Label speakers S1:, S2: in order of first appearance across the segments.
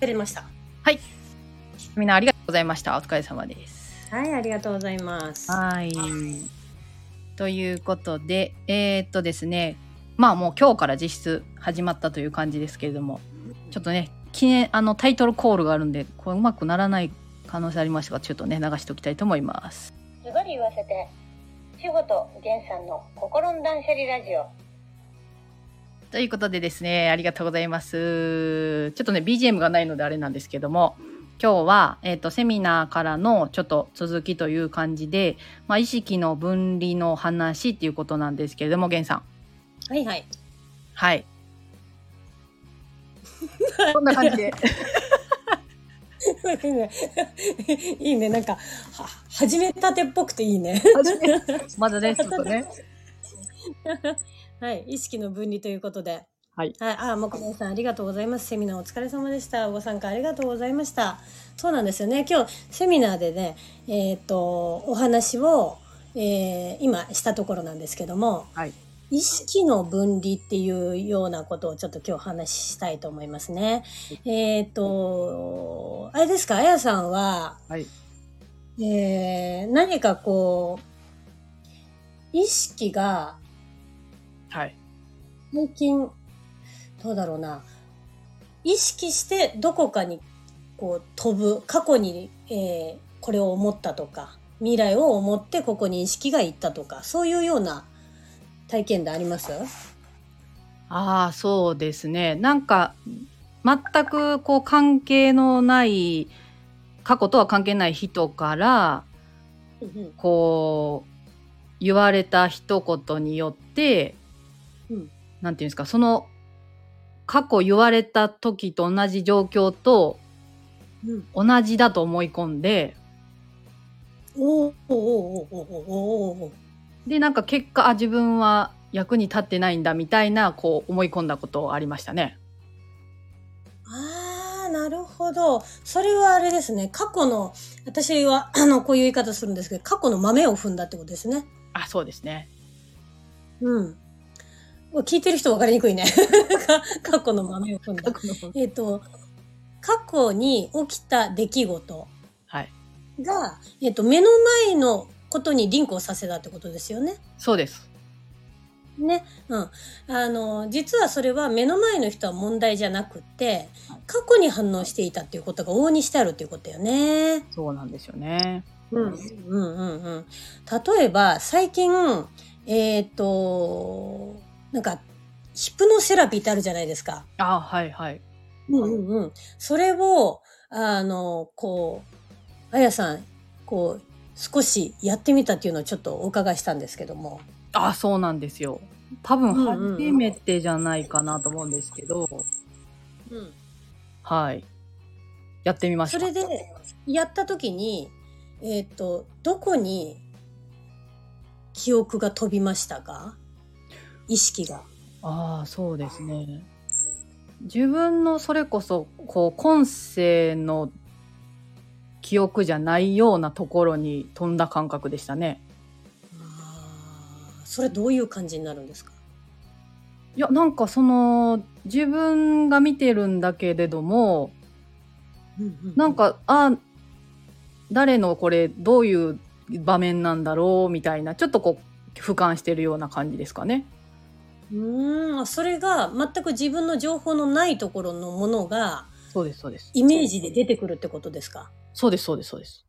S1: やりました。
S2: はい。みんなありがとうございました。お疲れ様です。
S1: はい、ありがとうございます。
S2: はい。ということで、えーっとですね、まあもう今日から実質始まったという感じですけれども、ちょっとね、記念、あのタイトルコールがあるんで、これうまくならない可能性ありましたが、ちょっとね、流しておきたいと思います。
S3: ズバリ言わせて志保と源さんの心の断捨離ラジオ
S2: ということでですね、ありがとうございます。ちょっとね、BGM がないのであれなんですけども、今日は、えっ、と、セミナーからのちょっと続きという感じで、まあ、意識の分離の話っていうことなんですけれども、源さん。
S1: はいはい。
S2: はい。こんな感じで。
S1: いいね、なんか、は始めたてっぽくていいね。
S2: まだね、ちょっとね。
S1: はい、意識の分離ということで。
S2: はい。
S1: はい、あ、もこねさん、ありがとうございます。セミナーお疲れ様でした。ご参加ありがとうございました。そうなんですよね。今日、セミナーでね、えっ、と、お話を、えー今したところなんですけども、
S2: はい。
S1: 意識の分離っていうようなことをちょっと今日お話ししたいと思いますね。えっ、と、あれですか、あやさんは、
S2: はい。
S1: えー何かこう、意識が
S2: はい。
S1: 最近、どうだろうな、意識してどこかにこう飛ぶ、過去に、えーこれを思ったとか、未来を思ってここに意識が行ったとか、そういうような体験であります
S2: ああ、そうですね。なんか、全くこう関係のない、過去とは関係ない人から、
S1: うん
S2: こう言われた一言によって、
S1: うん
S2: なんていうんですかその過去言われた時と同じ状況と
S1: うん。
S2: 同じだと思い込んで
S1: おーおーおーおーおーおーおー
S2: でなんか結果あ自分は役に立ってないんだみたいなこう思い込んだことありましたね。
S1: あーなるほど。それはあれですね。過去の、私は、あの、こういう言い方するんですけど、過去の豆を踏んだってことですね。
S2: あそうですね。
S1: うん。聞いてる人分かりにくいね。 か過去の豆を踏んだ。えっ、と、過去に起きた出来事
S2: はい
S1: が、えっ、と、目の前のことにリンクをさせたってことですよね。
S2: そうです。
S1: ね。うん。あの、実はそれは目の前の人は問題じゃなくて
S2: はい、
S1: 過去に反応していたっていうことが往々にしてあるっていうことだよね。
S2: そうなんですよね。
S1: うんうんうんうん。例えば、最近、えっ、と、なんか、ヒプノセラピーってあるじゃないですか。
S2: あはいはい。
S1: うんうんうん。それを、あの、こう、あやさん、こう、少しやってみたっていうのをちょっとお伺いしたんですけども。
S2: あそうなんですよ。多分
S1: うんうんうん
S2: 初めてじゃないかなと思うんですけど、
S1: うん。
S2: はい。やってみまし
S1: そ
S2: た。
S1: れで、やった時に、えっ、と、どこに記憶が飛びましたか意識が。
S2: ああそうですね自分のそれこそこう今世の記憶じゃないようなところに飛んだ感覚でしたね
S1: あーそれどういう感じになるんですか
S2: いやなんかその自分が見てるんだけれどもなん、かあ誰のこれどういう場面なんだろうみたいなちょっとこう俯瞰してるような感じですかね
S1: うーんあそれが全く自分の情報のないところのものが
S2: そうですそうです
S1: イメージで出てくるってことですか
S2: そうですそうですそうです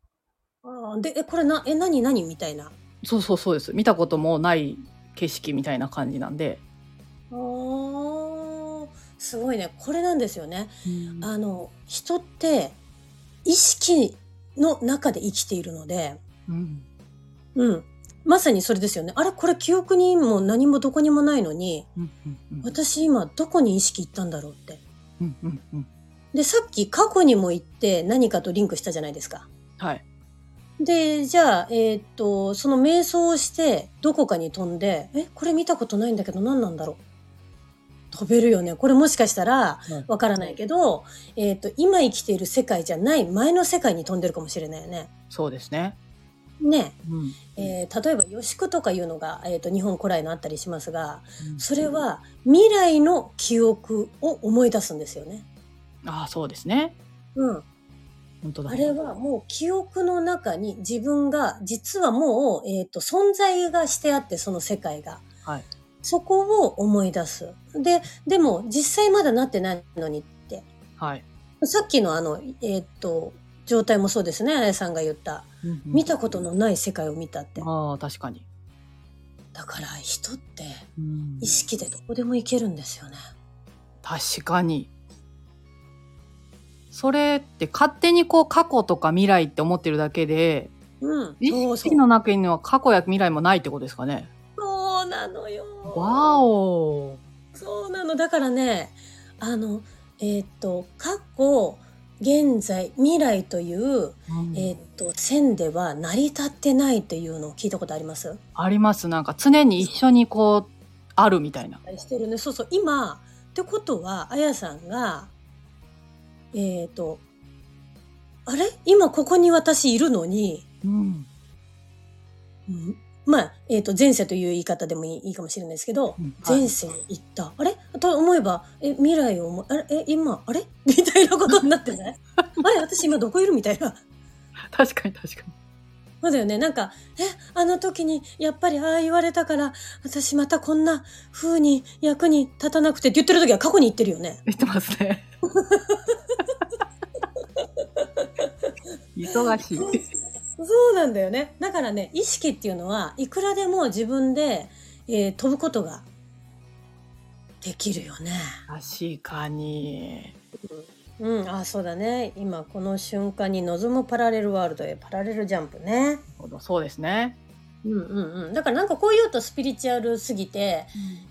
S1: あーでえこれなえ何何みたいな
S2: そうそうそうです見たこともない景色みたいな感じなんで、
S1: あーすごいねこれなんですよねあの人って意識の中で生きているので
S2: うん
S1: うんまさにそれですよねあれこれ記憶にも何もどこにもないのに
S2: うんうんうん
S1: 私今どこに意識行ったんだろうって
S2: うんうんうん
S1: でさっき過去にも行って何かとリンクしたじゃないですか
S2: はい。
S1: で、じゃあ、えーっと、その瞑想をして、どこかに飛んで、え、これ見たことないんだけど何なんだろう飛べるよね。これもしかしたら
S2: うん、
S1: わからないけど、えーっと、今生きている世界じゃない前の世界に飛んでるかもしれないよね。
S2: そうですね。
S1: ね。
S2: うん。
S1: えー例えば、予宿とかいうのが、えーっと、日本古来のあったりしますが、
S2: うん
S1: それは未来の記憶を思い出すんですよね。
S2: ああ、そうですね。
S1: うん。
S2: 本当だ。
S1: あれはもう記憶の中に自分が、実はもう、えっ、と、存在がしてあって、その世界が。
S2: はい。
S1: そこを思い出す。で、でも実際まだなってないのにって。
S2: はい。
S1: さっきのあの、えっ、と、状態もそうですね、あやさんが言った。見たことのない世界を見たって。
S2: ああ、確かに。
S1: だから人って
S2: うん
S1: 意識でどこでも行けるんですよね。
S2: 確かに。それって勝手にこう過去とか未来って思ってるだけで、
S1: うん。
S2: 意
S1: そうそう
S2: 識の中には過去や未来もないってことですかね。
S1: そうなのよ。
S2: わお。
S1: そうなの。だからね、あの、えっ、と、過去、現在、未来という、
S2: うん
S1: えっ、と、線では成り立ってないというのを聞いたことあります
S2: あります。なんか常に一緒にこう、あるみたいな。
S1: してるね。そうそう。今、ってことは、あやさんが、えっ、と、あれ今ここに私いるのに、
S2: うん。
S1: うんまあ、えっ、と、前世という言い方でもいいいいかもしれないですけど、前世に行った。あれと思えば、え、未来を思い、あれえ、今、あれ みたいなことになって ないあれ私今どこいるみたいな。
S2: 確かに確かに。
S1: そうだよね。なんか、え、あの時に、やっぱりああ言われたから、私またこんな風に役に立たなくてって言ってる時は過去に行ってるよね。
S2: 言ってます ね。忙しい。
S1: そうなんだよね。だからね、意識っていうのは、いくらでも自分で、えー飛ぶことができるよね。
S2: 確かに。
S1: うん、あ、そうだね。今、この瞬間に望むパラレルワールドへ、パラレルジャンプね。
S2: そうですね。
S1: うんうんうん。だからなんかこう言うとスピリチュアルすぎて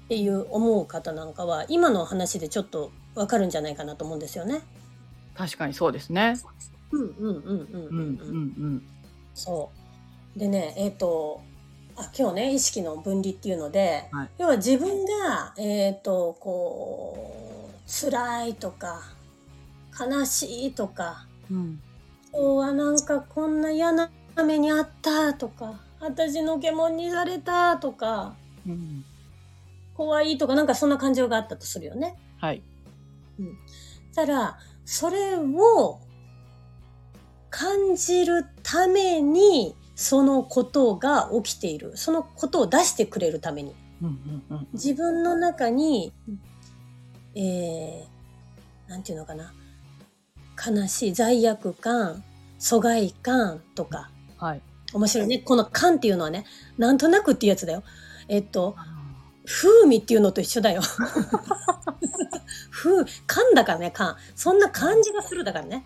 S1: っていう思う方なんかは、今の話でちょっとわかるんじゃないかなと思うんですよね。
S2: 確かにそうですね。
S1: うんうんうんうん
S2: うんうん
S1: そう。でね、えっ、と、あ今日ね、意識の分離っていうので、
S2: はい
S1: 要は自分が、えっ、と、こう、辛いとか、悲しいとか、
S2: うん。うん
S1: 今日はなんかこんな嫌な目にあったとか私の下門にされたとか
S2: うん。
S1: 怖いとかなんかそんな感情があったとするよね。
S2: はい。
S1: たらそれを感じるためにそのことが起きているそのことを出してくれるために
S2: うんうんうん。
S1: 自分の中に、えー、なんていうのかな悲しい罪悪感疎外感とか
S2: はい。
S1: 面白いね。この感っていうのはね、なんとなくっていうやつだよ。えっと、風味っていうのと一緒だよ。風、感だからね、感。そんな感じがするだからね。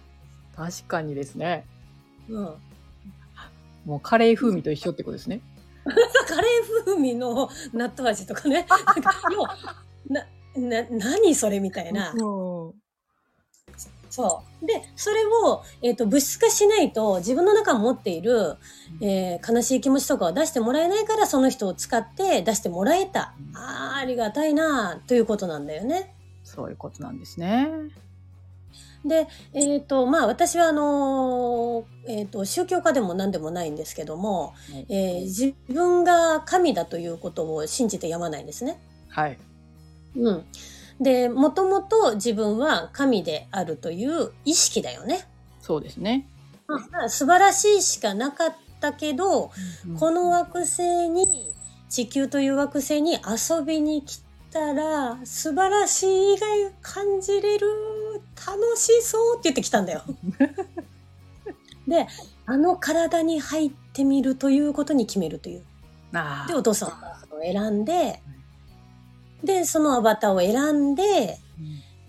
S2: 確かにですね。
S1: うん。
S2: もうカレー風味と一緒ってことですね。
S1: カレー風味の納豆味とかね。なんか、要はな、な、何それみたいな。
S2: そ
S1: そう。で、それを、えっ、と、物質化しないと、自分の中持っている、えー悲しい気持ちとかを出してもらえないから、その人を使って出してもらえた。あーありがたいなあということなんだよね。
S2: ういうことなんですね。
S1: で、えっ、と、まあ、私は、あのーえっ、と、宗教家でも何でもないんですけども、
S2: はい
S1: えー自分が神だということを信じてやまないんですね。
S2: はい。
S1: うん。で、もともと自分は神であるという意識だよね。
S2: そうですね。
S1: うん素晴らしいしかなかったけど、この惑星に地球という惑星に遊びに来たら素晴らしい以外感じれる楽しそうって言ってきたんだよ。であの体に入ってみるということに決めるという。
S2: あ
S1: でお父さんお母さんを選んででそのアバターを選んで、
S2: あ。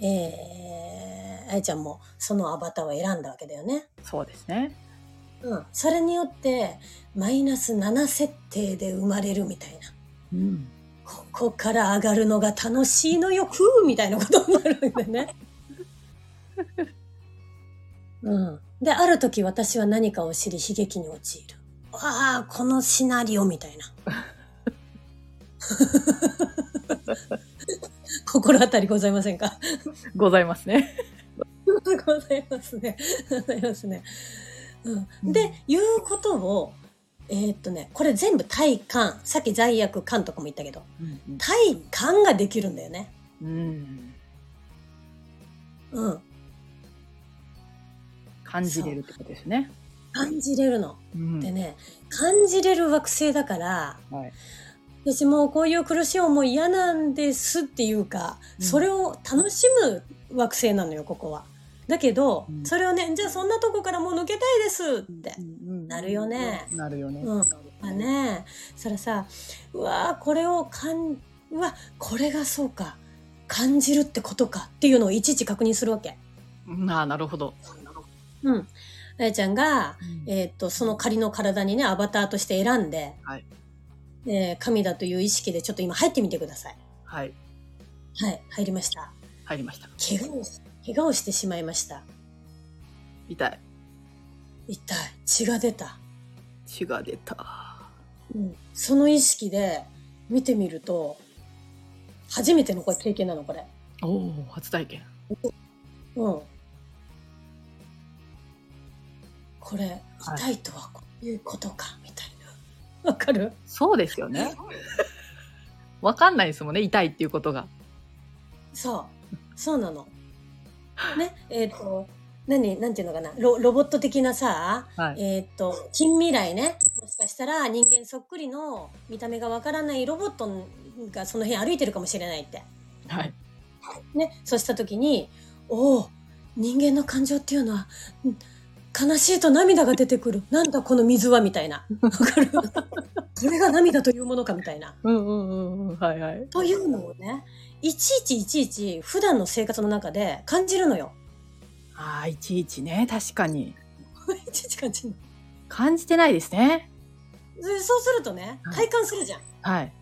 S1: えー、あやちゃんもそのアバターを選んだわけだよね。
S2: そうですね。
S1: うん、それによってマイナス7設定で生まれるみたいな
S2: うん。
S1: ここから上がるのが楽しいのよくーみたいなことになるんでね。 うん、である時私は何かを知り悲劇に陥る。ああこのシナリオみたいな。 心当たりございませんか
S2: ございますね。
S1: ございますね。ございますね。うん、で、いうことを、えーっとね、これ全部体感。さっき罪悪感とかも言ったけど、
S2: うん
S1: 体感ができるんだよね。
S2: うん。
S1: うん。
S2: 感じれるってことですね。
S1: 感じれるの。
S2: うん
S1: でね、感じれる惑星だから、
S2: はい
S1: 私もうこういう苦しい思い嫌なんですっていうか、
S2: うん
S1: それを楽しむ惑星なのよ、ここは。だけど、
S2: うん
S1: それをね、じゃあそんなとこからもう抜けたいですって。なるよね
S2: なるよね。
S1: うんまあね、それさ、うわーこれをかん、うわこれがそうか、感じるってことかっていうのをいちいち確認するわけ。
S2: ああ、なるほど。
S1: うん。あやちゃんが、
S2: うん
S1: えーっと、その仮の体にね、アバターとして選んで、
S2: はい
S1: えー神だという意識でちょっと今入ってみてください。
S2: はい、
S1: はい、入りました。
S2: 入りました。
S1: 怪我をし、怪我をしてしまいました。
S2: 痛い。
S1: 痛い。血が出た。
S2: 血が出た。
S1: うん。その意識で見てみると、初めてのこれ経験なの、これ。
S2: おお、初体験。
S1: うん。これ、
S2: はい
S1: 痛いとはこういうことか、みたいな。わかる
S2: そうですよね。 わかんないですもんね、痛いっていうことが。
S1: そう。そうなの。ね、えっ、と、何、なんていうのかな、ロロボット的なさ、
S2: はい。
S1: えっ、と、近未来ね、もしかしたら人間そっくりの見た目がわからないロボットがその辺歩いてるかもしれないって。
S2: はい。
S1: ね、そうした時に、おお、人間の感情っていうのは、うん悲しいと涙が出てくる。なんだこの水はみたいな。わかるこれが涙というものかみたいな。
S2: うんうんうんうん、はいはい。
S1: というのをね、いちいちいちいち普段の生活の中で感じるのよ。
S2: ああ、いちいちね、確かに。
S1: いちいち感じる
S2: 感じてないですね。
S1: のでそうするとね、
S2: はい
S1: 体感するじゃん。
S2: はい。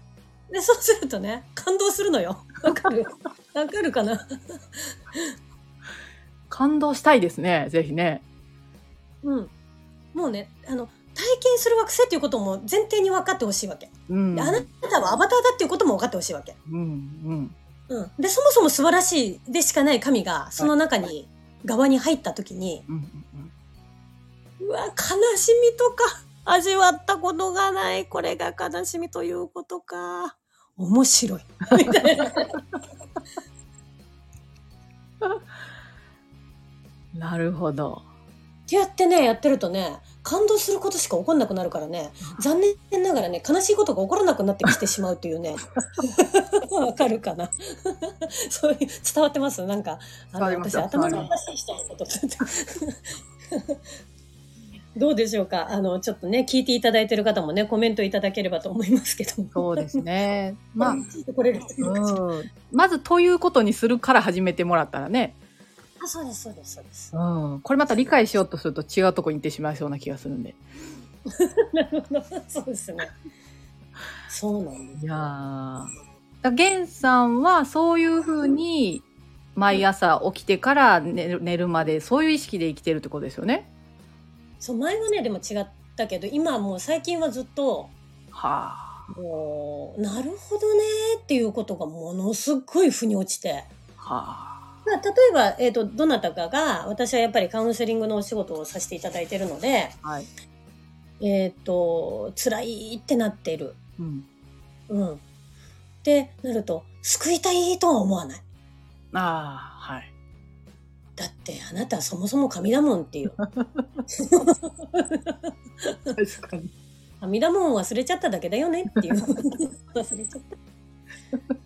S1: で、そうするとね、感動するのよ。わかるわかるかな
S2: 感動したいですね、ぜひね。
S1: うん。もうね、あの、体験する惑星っていうことも前提に分かってほしいわけ。
S2: うん。
S1: であなたはアバターだっていうことも分かってほしいわけ。
S2: うんうん。
S1: うん。で、そもそも素晴らしいでしかない神が、その中に、側に入った時に、
S2: うんうんうん。
S1: うわ、悲しみとか、味わったことがない、これが悲しみということか。面白い。みたいな。
S2: なるほど。
S1: ってやってね、やってるとね、感動することしか起こんなくなるからね、残念ながらね、悲しいことが起こらなくなってきてしまうという ね。わかるかな そういう、伝わってますなんか、あ
S2: 伝わ
S1: の、
S2: ります
S1: 私、
S2: よ
S1: 頭
S2: 伝
S1: の
S2: わ
S1: お
S2: り
S1: かしい人のこと。 どうでしょうかあの、ちょっとね、聞いていただいてる方もね、コメントいただければと思いますけども。
S2: そうです ね。まあ、
S1: 聞いてこれるというか
S2: うん。まず、ということにするから始めてもらったらね。
S1: あ、そうです、そうです、そうです。
S2: うん。これまた理解しようとすると違うとこに行ってしまいそうな気がするんで。
S1: なるほど。そうですね。そうなんです。
S2: いやー。ゲンさんはそういうふうに毎朝起きてから寝る寝るまでそういう意識で生きてるってことですよね。
S1: そう、前はね、でも違ったけど、今はもう最近はずっと、
S2: は
S1: もう、なるほどねっていうことがものすっごい腑に落ちて。
S2: あ。はあ。
S1: まあ、例えば、えっ、と、どなたかが、私はやっぱりカウンセリングのお仕事をさせていただいてるので、
S2: はい。
S1: えっ、と、辛いってなってる。
S2: うん。
S1: うん。ってなると、救いたいとは思わない。
S2: ああ、はい。
S1: だって、あなたそもそも神だもんっていう。
S2: 確かに。
S1: 阿弥陀門を忘れちゃっただけだよねっていう 忘れちゃった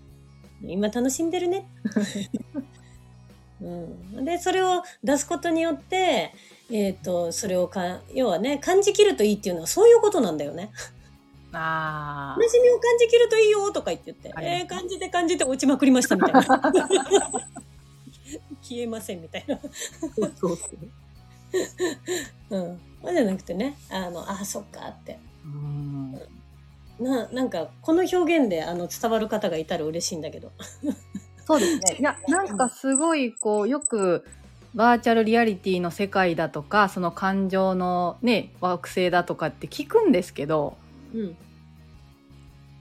S1: 今楽しんでるね、 うん、でそれを出すことによってえっ、とそれをか要はね感じきるといいっていうのはそういうことなんだよね
S2: あ
S1: 悲しみを感じきるといいよとか言ってて、
S2: はい
S1: えー感じて感じて落ちまくりましたみたいな 消えませんみたいな
S2: あ。そうそうそう。
S1: うんそうじゃなくてねあのあそっかって
S2: うん。
S1: ななんかこの表現であの伝わる方がいたら嬉しいんだけど。
S2: そうですね。ななんかすごいこうよくバーチャルリアリティの世界だとかその感情のね惑星だとかって聞くんですけど
S1: うん、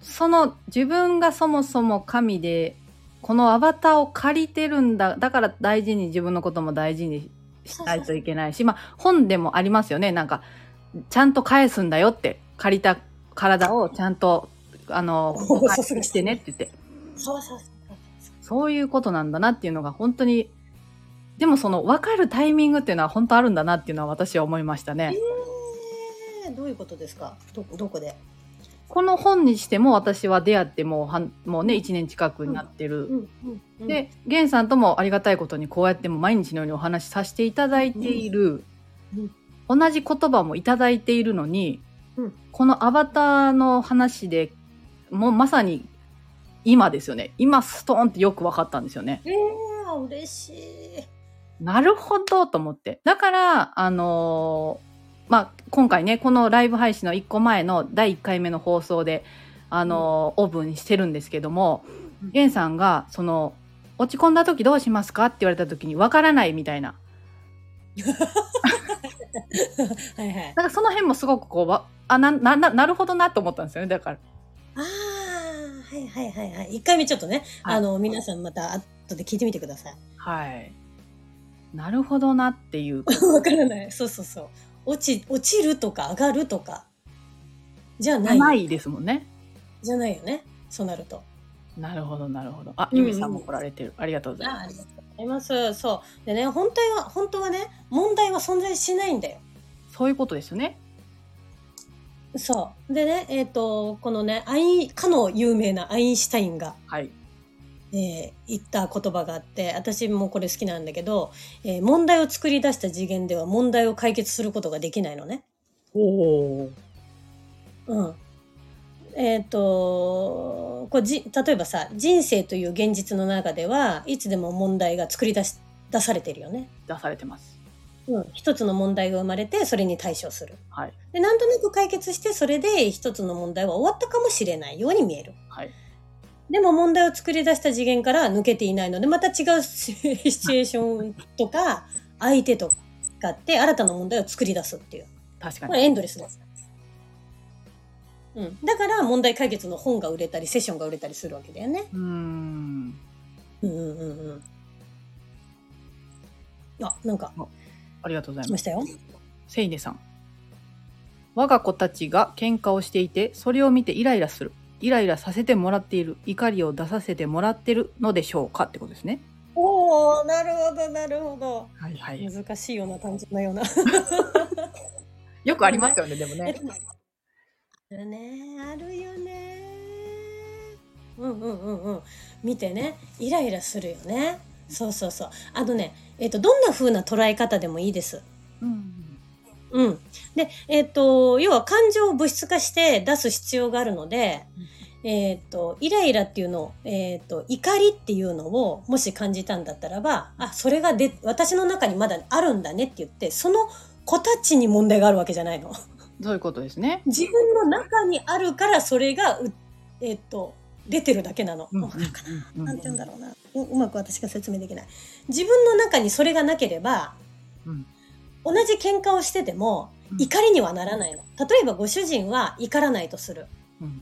S2: その自分がそもそも神でこのアバターを借りてるんだだから大事に自分のことも大事にしないといけないしまあ本でもありますよねなんかちゃんと返すんだよって借りた体をちゃんとあの
S1: そう
S2: 返
S1: そうそう
S2: してねって言って
S1: そうそうそう。
S2: そういうことなんだなっていうのが本当にでもその分かるタイミングっていうのは本当あるんだなっていうのは私は思いましたね。
S1: えー、どういうことですかどどこで
S2: この本にしても私は出会ってもうはんもうね1年近くになってる。
S1: んうん
S2: で、源さんともありがたいことにこうやっても毎日のようにお話しさせていただいている、
S1: うん
S2: 同じ言葉もいただいているのに、
S1: うん
S2: このアバターの話でもうまさに今ですよね今ストーンってよく分かったんですよね。
S1: えー、嬉しい。
S2: なるほどと思って。だから、あのーまあ、今回ね、このライブ配信の1個前の第1回目の放送で、あのーオーブンしてるんですけども
S1: うん、
S2: ゲンさんが、その、落ち込んだ時どうしますかって言われた時にわからないみたいな。
S1: はいはい。
S2: なんかその辺もすごくこう、わあ、な、な、ななるほどなと思ったんですよね。だから。
S1: ああ、はいはいはいはい。一回目ちょっとね、
S2: はい
S1: あの、皆さんまた後で聞いてみてください。
S2: はい。なるほどなっていう。
S1: わからない。そうそうそう。落ち、落ちるとか上がるとか、じゃない。
S2: ないですもんね。
S1: じゃないよね。そうなると。
S2: なるほど、なるほど。あ、
S1: うんうん
S2: ゆみさんも来られてる。ありがとうございます。
S1: あありがとうございます。そう。でね、本当は、本当はね、問題は存在しないんだよ。
S2: そういうことですよね。
S1: そう。でね、えっ、と、このね、アイン、かの有名なアインシュタインが、
S2: はい。
S1: えー言った言葉があって私もこれ好きなんだけど、えー問題を作り出した次元では問題を解決することができないのね。
S2: おお。
S1: うん、えっ、とこうじ例えばさ人生という現実の中ではいつでも問題が作り出し出されてるよね。
S2: 出されてます。
S1: うん、一つの問題が生まれてそれに対処する。
S2: はい。
S1: でなんとなく解決してそれで一つの問題は終わったかもしれないように見える。
S2: はい。
S1: でも問題を作り出した次元から抜けていないので、また違うシチュエーションとか、相手とか使って新たな問題を作り出すっていう。
S2: 確か
S1: こ
S2: に。
S1: れエンドレスです。うん。だから問題解決の本が売れたり、セッションが売れたりするわけだよね。
S2: うーん。
S1: うんうんうんうん。あ、なんか
S2: ありがとうござい
S1: 来
S2: ま。
S1: ますしたよ。
S2: セイネさん。我が子たちが喧嘩をしていて、それを見てイライラする。イライラさせてもらっている。怒りを出させてもらってるのでしょうかってことですね。
S1: おおなるほど、なるほど。
S2: はいは。
S1: 難しいような、単純なような。
S2: よくありますよね、でも
S1: えっ
S2: ね
S1: と。あるねあるよねうんうんうんうん見てねイライラするよねそうそうそうあのねえっ、とどんな風な捉え方でもいいです
S2: うん。
S1: うんでえっ、と要は感情を物質化して出す必要があるのでえっ、とイライラっていうのをえっ、と怒りっていうのをもし感じたんだったらばあそれがで私の中にまだあるんだねって言ってその子たちに問題があるわけじゃないの
S2: そういうことですね。
S1: 自分の中にあるからそれがうえっと出てるだけなの。
S2: うん
S1: もうなんか
S2: うん
S1: なんて言うんだろうなううまく私が説明できない自分の中にそれがなければ、
S2: うん
S1: 同じ喧嘩をしてても
S2: うん
S1: 怒りにはならないの例えばご主人は怒らないとする
S2: うん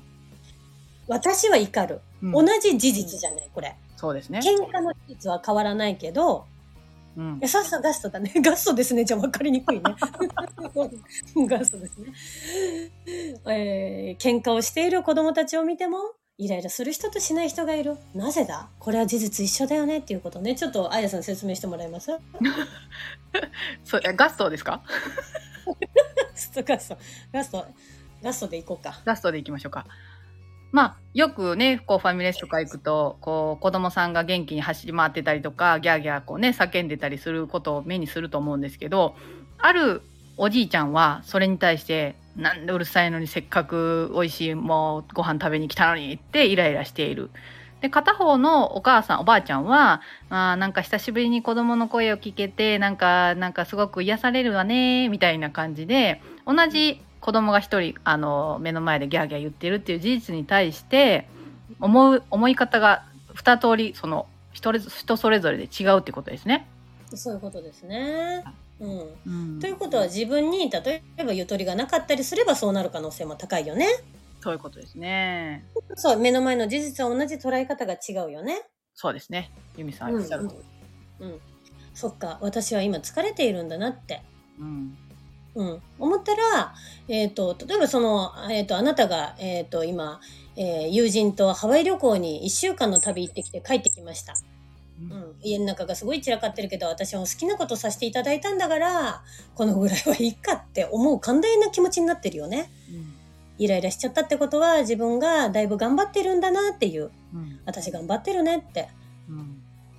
S1: 私は怒る、
S2: うん
S1: 同じ事実じゃないこれ
S2: そうですね。
S1: 喧嘩の事実は変わらないけど
S2: うん
S1: え、。さっさガストだね。 ガストですね。じゃあ分かりにくいね。 ガストですね。えー、喧嘩をしている子供たちを見ても、イライラする人としない人がいる。なぜだこれは事実一緒だよねっていうことね。ちょっと、あやさん説明してもらえます
S2: そうえガストですか
S1: ガスト。ガスト。ガストでいこうか。
S2: ラストでいきましょうか。まあ、よくね、こうファミレスとか行くと、こう子供さんが元気に走り回ってたりとか、ギャーギャーこうね、叫んでたりすることを目にすると思うんですけど、あるおじいちゃんはそれに対して、なんでうるさいのにせっかく美味しいもうご飯食べに来たのにってイライラしている。で、片方のお母さん、おばあちゃんは、あーなんか久しぶりに子供の声を聞けて、なんか、なんかすごく癒されるわね、みたいな感じで、同じ子供が一人あの目の前でギャーギャー言ってるっていう事実に対して思う思い方が二通りその人れ人それぞれで違うってことですね。
S1: そういうことですね。うん。と
S2: とい
S1: いううことは自分に例えばゆとりがなかったりすればそうなる可能性も高いよね。
S2: そういうことですね。
S1: そう、目の前の事実は同じ捉え方が違うよね。
S2: そうですね。由美さんおっしゃる通り。
S1: そっか、私は今疲れているんだなって。
S2: うん
S1: うん、思ったら、えー、と例えばその、えー、とあなたが、えー、と今、えー友人とハワイ旅行に1週間の旅行ってきて帰ってきましたうん、家の中がすごい散らかってるけど私は好きなことさせていただいたんだからこのぐらいはいいかって思う寛大な気持ちになってるよねイライラしちゃったってことは自分がだいぶ頑張ってるんだなっていう
S2: うん
S1: 私頑張ってるねって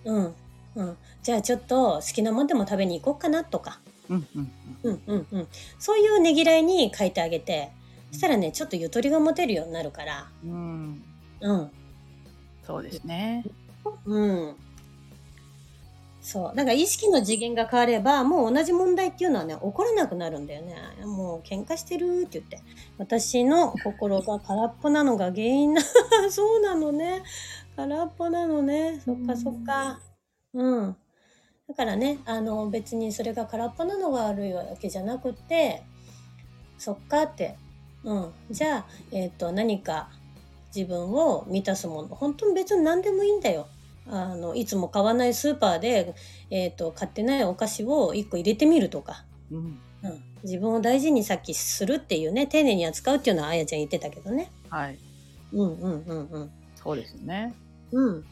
S2: うん
S1: うんうんじゃあちょっと好きなもんでも食べに行こうかなとか
S2: うんうん
S1: うんうんうんそういうねぎらいに書いてあげてそしたらねちょっとゆとりが持てるようになるから
S2: うん
S1: うん
S2: そうですね。
S1: うんそうだから意識の次元が変わればもう同じ問題っていうのはね起こらなくなるんだよねもう喧嘩してるって言って私の心が空っぽなのが原因な そうなのね空っぽなのねそっかそっかうんだからねあの別にそれが空っぽなのが悪いわけじゃなくてそっかってうんじゃあ、えっと何か自分を満たすもの本当に別に何でもいいんだよあのいつも買わないスーパーで、えー、と買ってないお菓子を1個入れてみるとか、
S2: うん、
S1: うん、自分を大事にさっきするっていうね丁寧に扱うっていうのはあやちゃん言ってたけどね
S2: はい、
S1: うんうんうんうん
S2: そうですね。
S1: うん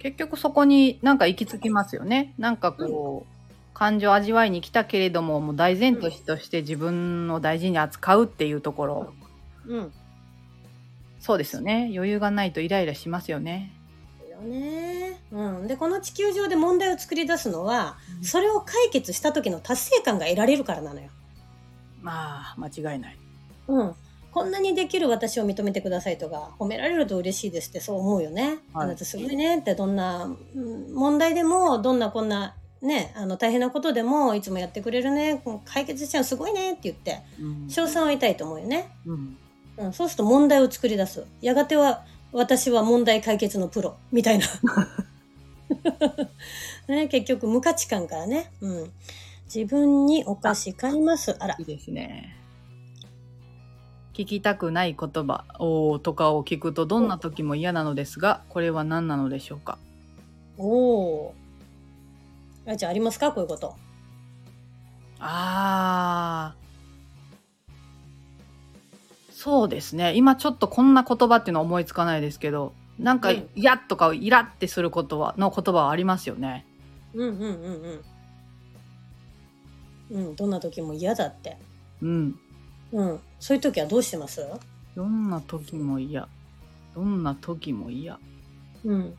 S2: 結局そこになんか行き着きますよね。なんかこう、感情を味わいに来たけれども、もう大前提として自分を大事に扱うっていうところ、
S1: うん
S2: そうですよね。余裕がないとイライラしますよね。
S1: よねうん、でこの地球上で問題を作り出すのはそれを解決した時の達成感が得られるからなのよ、
S2: まあ、間違いない。
S1: うん、こんなにできる私を認めてくださいとか褒められると嬉しいですってそう思うよね、
S2: は
S1: あ
S2: い
S1: なたすごいねってどんなうん問題でもどんなこんなねあの大変なことでもいつもやってくれるねこう解決しちゃうすごいねって言って
S2: うん
S1: 称賛を得たいと思うよね、
S2: うん
S1: うん、そうすると問題を作り出すやがては私は問題解決のプロみた いな、ね、結局無価値観からね、うん、自分にお菓子買いますあら
S2: いいですね。聞きたくない言葉をとかを聞くとどんな時も嫌なのですが、これは何なのでしょうか。
S1: おお。あやちゃんありますかこういうこと。
S2: ああ。そうですね。今ちょっとこんな言葉っていうのは思いつかないですけど、なんか
S1: うん
S2: 嫌とかイラってすることは、の言葉はありますよね。
S1: うんうんうんうん。うん、どんな時も嫌だって。
S2: うん。
S1: うん。そういう時はどうしてます
S2: どんな時も嫌。どんな時も嫌。
S1: うん。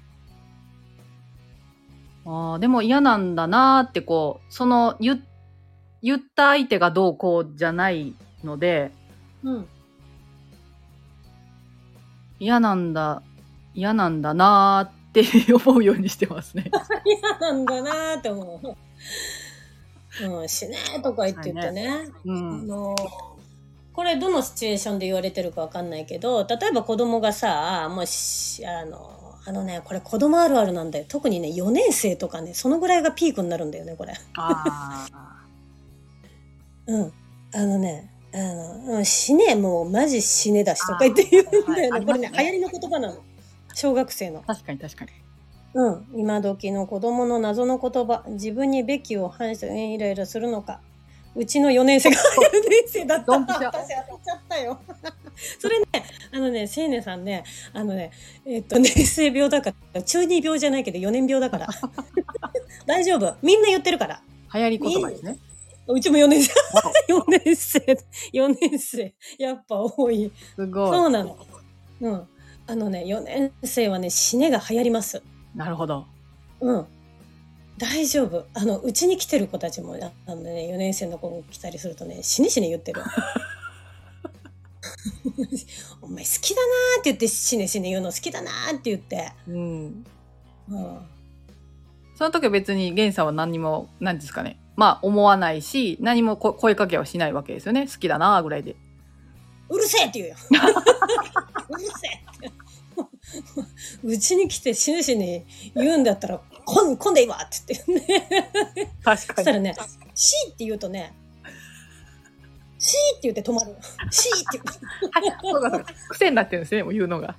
S2: ああ、でも嫌なんだなーってこう、その言っ、言った相手がどうこうじゃないので、
S1: うん。
S2: 嫌なんだ、嫌なんだなーって 思うようにしてますね。
S1: 嫌なんだなーって思う。うん、しねーとか言って言ってね。
S2: う
S1: あ
S2: ん。
S1: のこれどのシチュエーションで言われてるかわかんないけど例えば子供がさもうしあのあのねこれ子供あるあるなんだよ特にね4年生とかねそのぐらいがピークになるんだよねこれ。
S2: ああ。
S1: うん。あのね、あの、うん、死ね、もうマジ死ねだしとか言って言うんだよ
S2: あーはい
S1: ね。これね、
S2: あ
S1: 流
S2: りま
S1: 行
S2: すね
S1: りの言葉なの。小学生の。
S2: 確かに確かに。
S1: うん。今時の子供の謎の言葉。自分にべきを反して、えイライラするのか。うちの4年生が 4年生だった。
S2: ドン
S1: 私
S2: ピシ
S1: 当
S2: ャ
S1: たっちゃったよ。 それね、あのね、せいねさんね、あのね、えっと、年生病だから、中二病じゃないけど4年病だ から。大丈夫。みんな言ってるから。
S2: 流行り言葉ですね。
S1: うちも4年生。4年 生。4年生。やっぱ多い。
S2: すごい。
S1: そうなの。うん。あのね、4年生はね、死ねが流行ります。
S2: なるほど。
S1: うん。大丈夫。あの、うちに来てる子たちも、ああのね、4年生の子が来たりするとね、死ね死ね言って る。お前好きだなーって言って、死ね死ね言うの好きだなーって言って。
S2: うん。
S1: うん。
S2: その時は別に、ゲンさんは何にも、何ですかね。まあ、思わないし、何もこ声かけはしないわけですよね。好きだなーぐらいで。
S1: うるせえって言うよ。うるせえって。うちに来て死ぬ死に言うんだったら、こん、こんでいいわって言ってね。
S2: 確
S1: そしたらね、しーって言うとね、しーって言って止まる。しーって言って。
S2: そうかそうか癖になってるんですね、もう言うのが。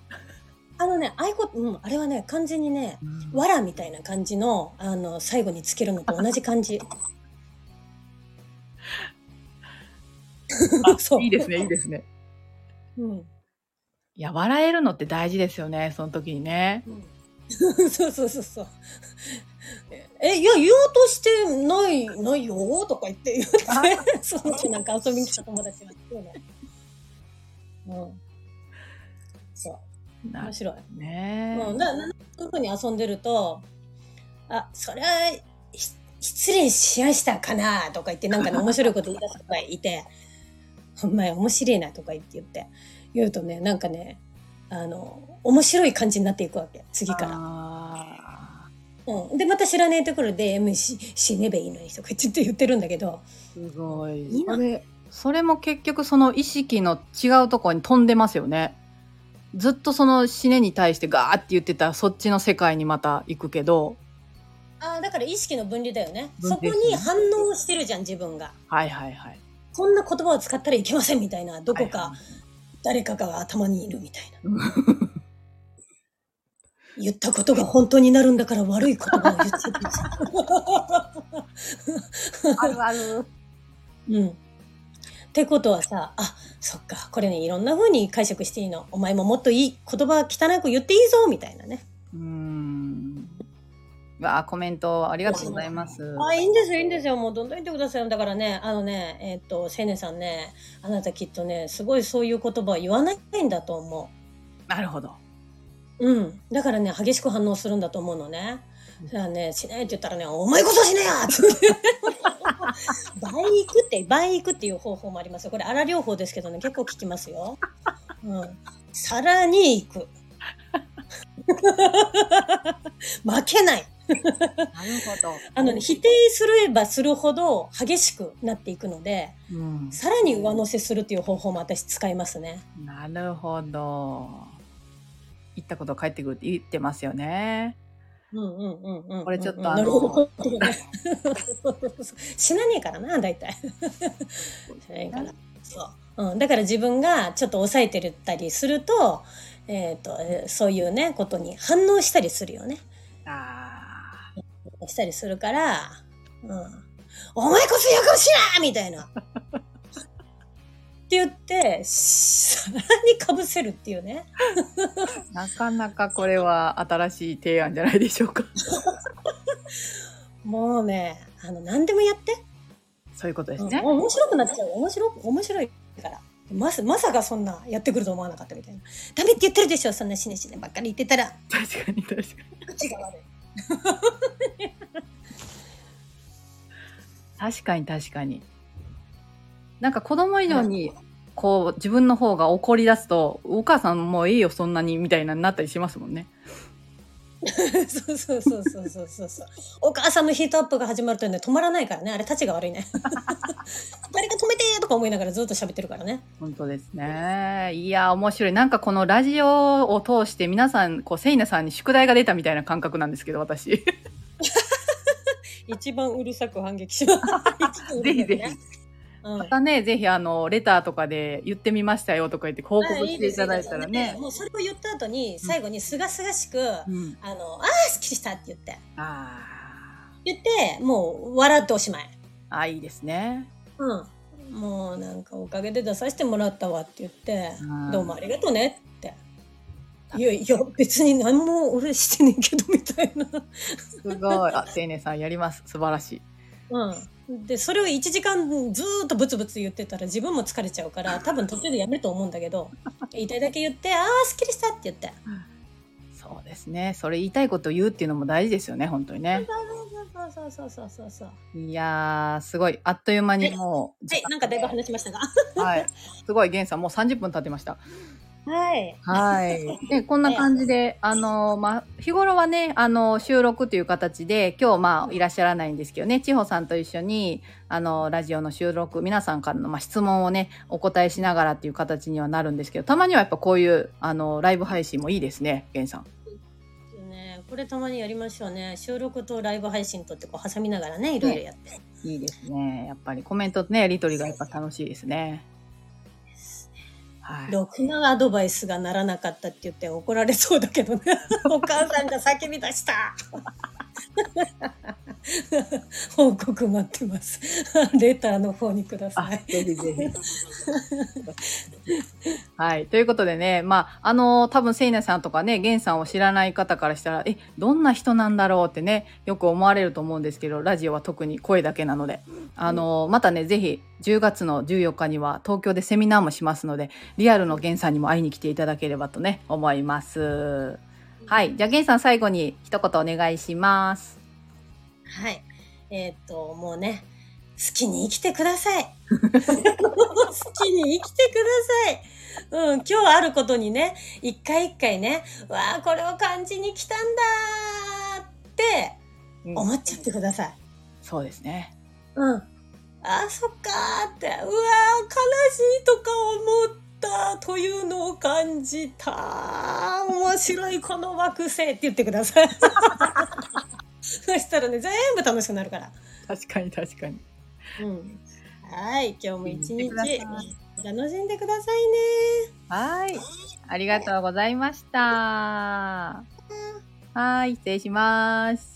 S1: あのね、あいこ、うん、あれはね、完全にね、わらみたいな感じの、あの、最後につけるのと同じ感じ。
S2: あ
S1: そう
S2: いいですね、いいですね。
S1: うん。
S2: いや、笑えるのって大事ですよね、その時にね。
S1: うん そうそうそうそう。え、いや、言おうとしてない、ないよとか言って 言って、その時なんか遊びに来た友達が言ってね。うん。そう、
S2: な
S1: 面
S2: る
S1: 白い。
S2: ね。
S1: うん、だなそういうふうに遊んでると、あ、そりゃ、ひ失礼しやしたかなとか言って、なんかね、面白いこと言い出す人がいて、ほんまや、面白いなとか言って言って、言うとね、なんかね、あの、面白い感じになっていくわけ、次から。
S2: あ
S1: うん、でまた知らねえところで「もうし死ねべいいのに」とかちょっと言ってるんだけど
S2: ーすご
S1: い
S2: い。
S1: いな
S2: それそれも結局その意識の違うところに飛んでますよね。ずっとその死ねに対してガーって言ってたそっちの世界にまた行くけど、
S1: あーだから意識の分離だよね
S2: 分
S1: そ
S2: 離
S1: こ
S2: です
S1: に
S2: ね
S1: 反応してるじゃん自分が
S2: はいはいはい。
S1: こんな言葉を使ったらいけませんみたいなどこ
S2: はいは
S1: か誰かが頭にいるみたいな、言ったことが本当になるんだから悪い言葉を言ってるじゃん
S2: あるある。
S1: うん。ってことはさ、あ、そっか、これね、いろんな風に解釈していいの。お前ももっといい言葉汚く言っていいぞ、みたいなね。
S2: うーん。わあコメントありがとうございます。
S1: あ、いいんですよ、いいんですよ。もうどんどん言ってくださいよ。だからね、あのね、えっ、と、青年さんね、あなたきっとね、すごいそういう言葉を言わないんだと思
S2: なるほど。
S1: う。うん。だからね、激しく反応するんだと思うのね。じゃあね、しないって言ったらね、お前こそしねえやつって。 倍いくって、倍いくっていう方法もありますよ。これ、荒療法ですけどね、結構効きますよ。うん。さらにいく。 負けない。
S2: なるほど。
S1: あのね、否定すればするほど激しくなっていくので、
S2: うん。
S1: さらに上乗せするという方法も私使いますね。
S2: なるほど。言ったこと返ってくるって言ってますよね。
S1: うんうんうんうん。
S2: これちょっと
S1: うんうん
S2: あの
S1: なるほど。 死なねえからな、大 体。死なねえから。そう。うん、だから自分がちょっと抑えてたりすると、えっ、と、えーそういうね、ことに反応したりするよね。
S2: あ
S1: したりするから、うん、お前こそよこしなみたいな。って言って、さらにかぶせるっていうね。
S2: ーなかなかこれは新しい提案じゃないでしょうか。
S1: もうね、あの、何でもやって。
S2: そういうことです
S1: うん
S2: ね。
S1: 面白くなっちゃう。面白く、面白いから。まさまさかそんなやってくると思わなかったみたいな。ダメって言ってるでしょ、そんな死ね死ねばっかり言ってたら。
S2: 確かに確かに。
S1: 口が悪い。
S2: 確かに確かに。なんか子供以上に、こう自分の方が怒り出すと、お母さんもういいよそんなにみたいなになったりしますもんね。
S1: そうそうそうそうそうそうそう。お母さんのヒートアップが始まるとね、止まらないからね、あれ、たちが悪いね。 誰か止めてーとか思いながらずっと喋ってるからね。
S2: 本当ですね。いや、面白い。なんかこのラジオを通して皆さん、こう、セイナさんに宿題が出たみたいな感覚なんですけど、私。ぜ
S1: 一番うるさく反撃します。
S2: ひ ぜひ。
S1: うん。
S2: またね、ぜひあの、レターとかで言ってみましたよとか言って報告
S1: あいい
S2: して
S1: で
S2: い
S1: す
S2: ただいたらね。
S1: もうそれを言った後に、最後にすがすがしく、
S2: うん。
S1: あの、ああ、すっきりしたって言って。
S2: あ
S1: 言って、もう笑っておしまい。
S2: ーあ、いいですね。
S1: うん。もうなんかおかげで出させてもらったわって言って、
S2: うん
S1: どうもありがとうねって。いやいや、別に何も俺してねえけどみたいな。
S2: すごい。あ、セイネさんやります。素晴らしい。
S1: うん、でそれを1時間ずーっとブツブツ言ってたら自分も疲れちゃうから多分途中でやめると思うんだけど言いたいだけ言って「ああすっきりした」って言って
S2: そうですね。それ言いたいこと言うっていうのも大事ですよね、本当にね。
S1: そうそうそうそうそうそう
S2: いやー、すごい。あっという間にもう。
S1: はいなんかだいぶ話しましたが
S2: はい。すごい、ゲンさん、もう30分経ってました。
S1: はい
S2: はい。で、こんな感じで、あの、まあ、日頃はね、あの、収録という形で、今日、まあ、いらっしゃらないんですけどね、千穂さんと一緒に、あの、ラジオの収録、皆さんからの、まあ、質問をね、お答えしながらっていう形にはなるんですけど、たまにはやっぱこういう、あの、ライブ配信もいいですね、ゲンさん。
S1: ねこれたまにやりましょうね収録とライブ配信とってこう挟みながらねいろいろやって、
S2: いいですね。やっぱりコメントとね、やりとりがやっぱ楽しいですね。はい。
S1: ろくなアドバイスがならなかったって言って怒られそうだけ どねお母さんが叫び出した 報告 待ってますレターの方にくださ
S2: あ
S1: い、
S2: ぜひぜひ。はい。ということでね、まあ、あの、多分、せいなさんとかね、げんさんを知らない方からしたら、え、どんな人なんだろうってね、よく思われると思うんですけど、ラジオは特に声だけなので、あの、またね、ぜひ、10月の14日には東京でセミナーもしますので、リアルのげんさんにも会いに来ていただければとね、思います。はい。じゃあ、げんさん、最後に一言お願いします。
S1: はい。えーっと、もうね、好きに生きてくだ さい。好きに生きてください。うん、今日あることにね、一回一回ね、わあ、これを感じに来たんだーって
S2: うん
S1: 思っちゃってください。
S2: そうですね。
S1: うん。あ、そっかーって、うわー、悲しいとか思ったというのを感じた。面白いこの惑星って言ってください。そしたらね、全部楽しくなるから。
S2: 確かに、確かに。
S1: うん。はい、今日も一
S2: 見て
S1: 日
S2: ください
S1: 楽しんでくださいね。
S2: はい。ありがとうございました。はい。失礼します。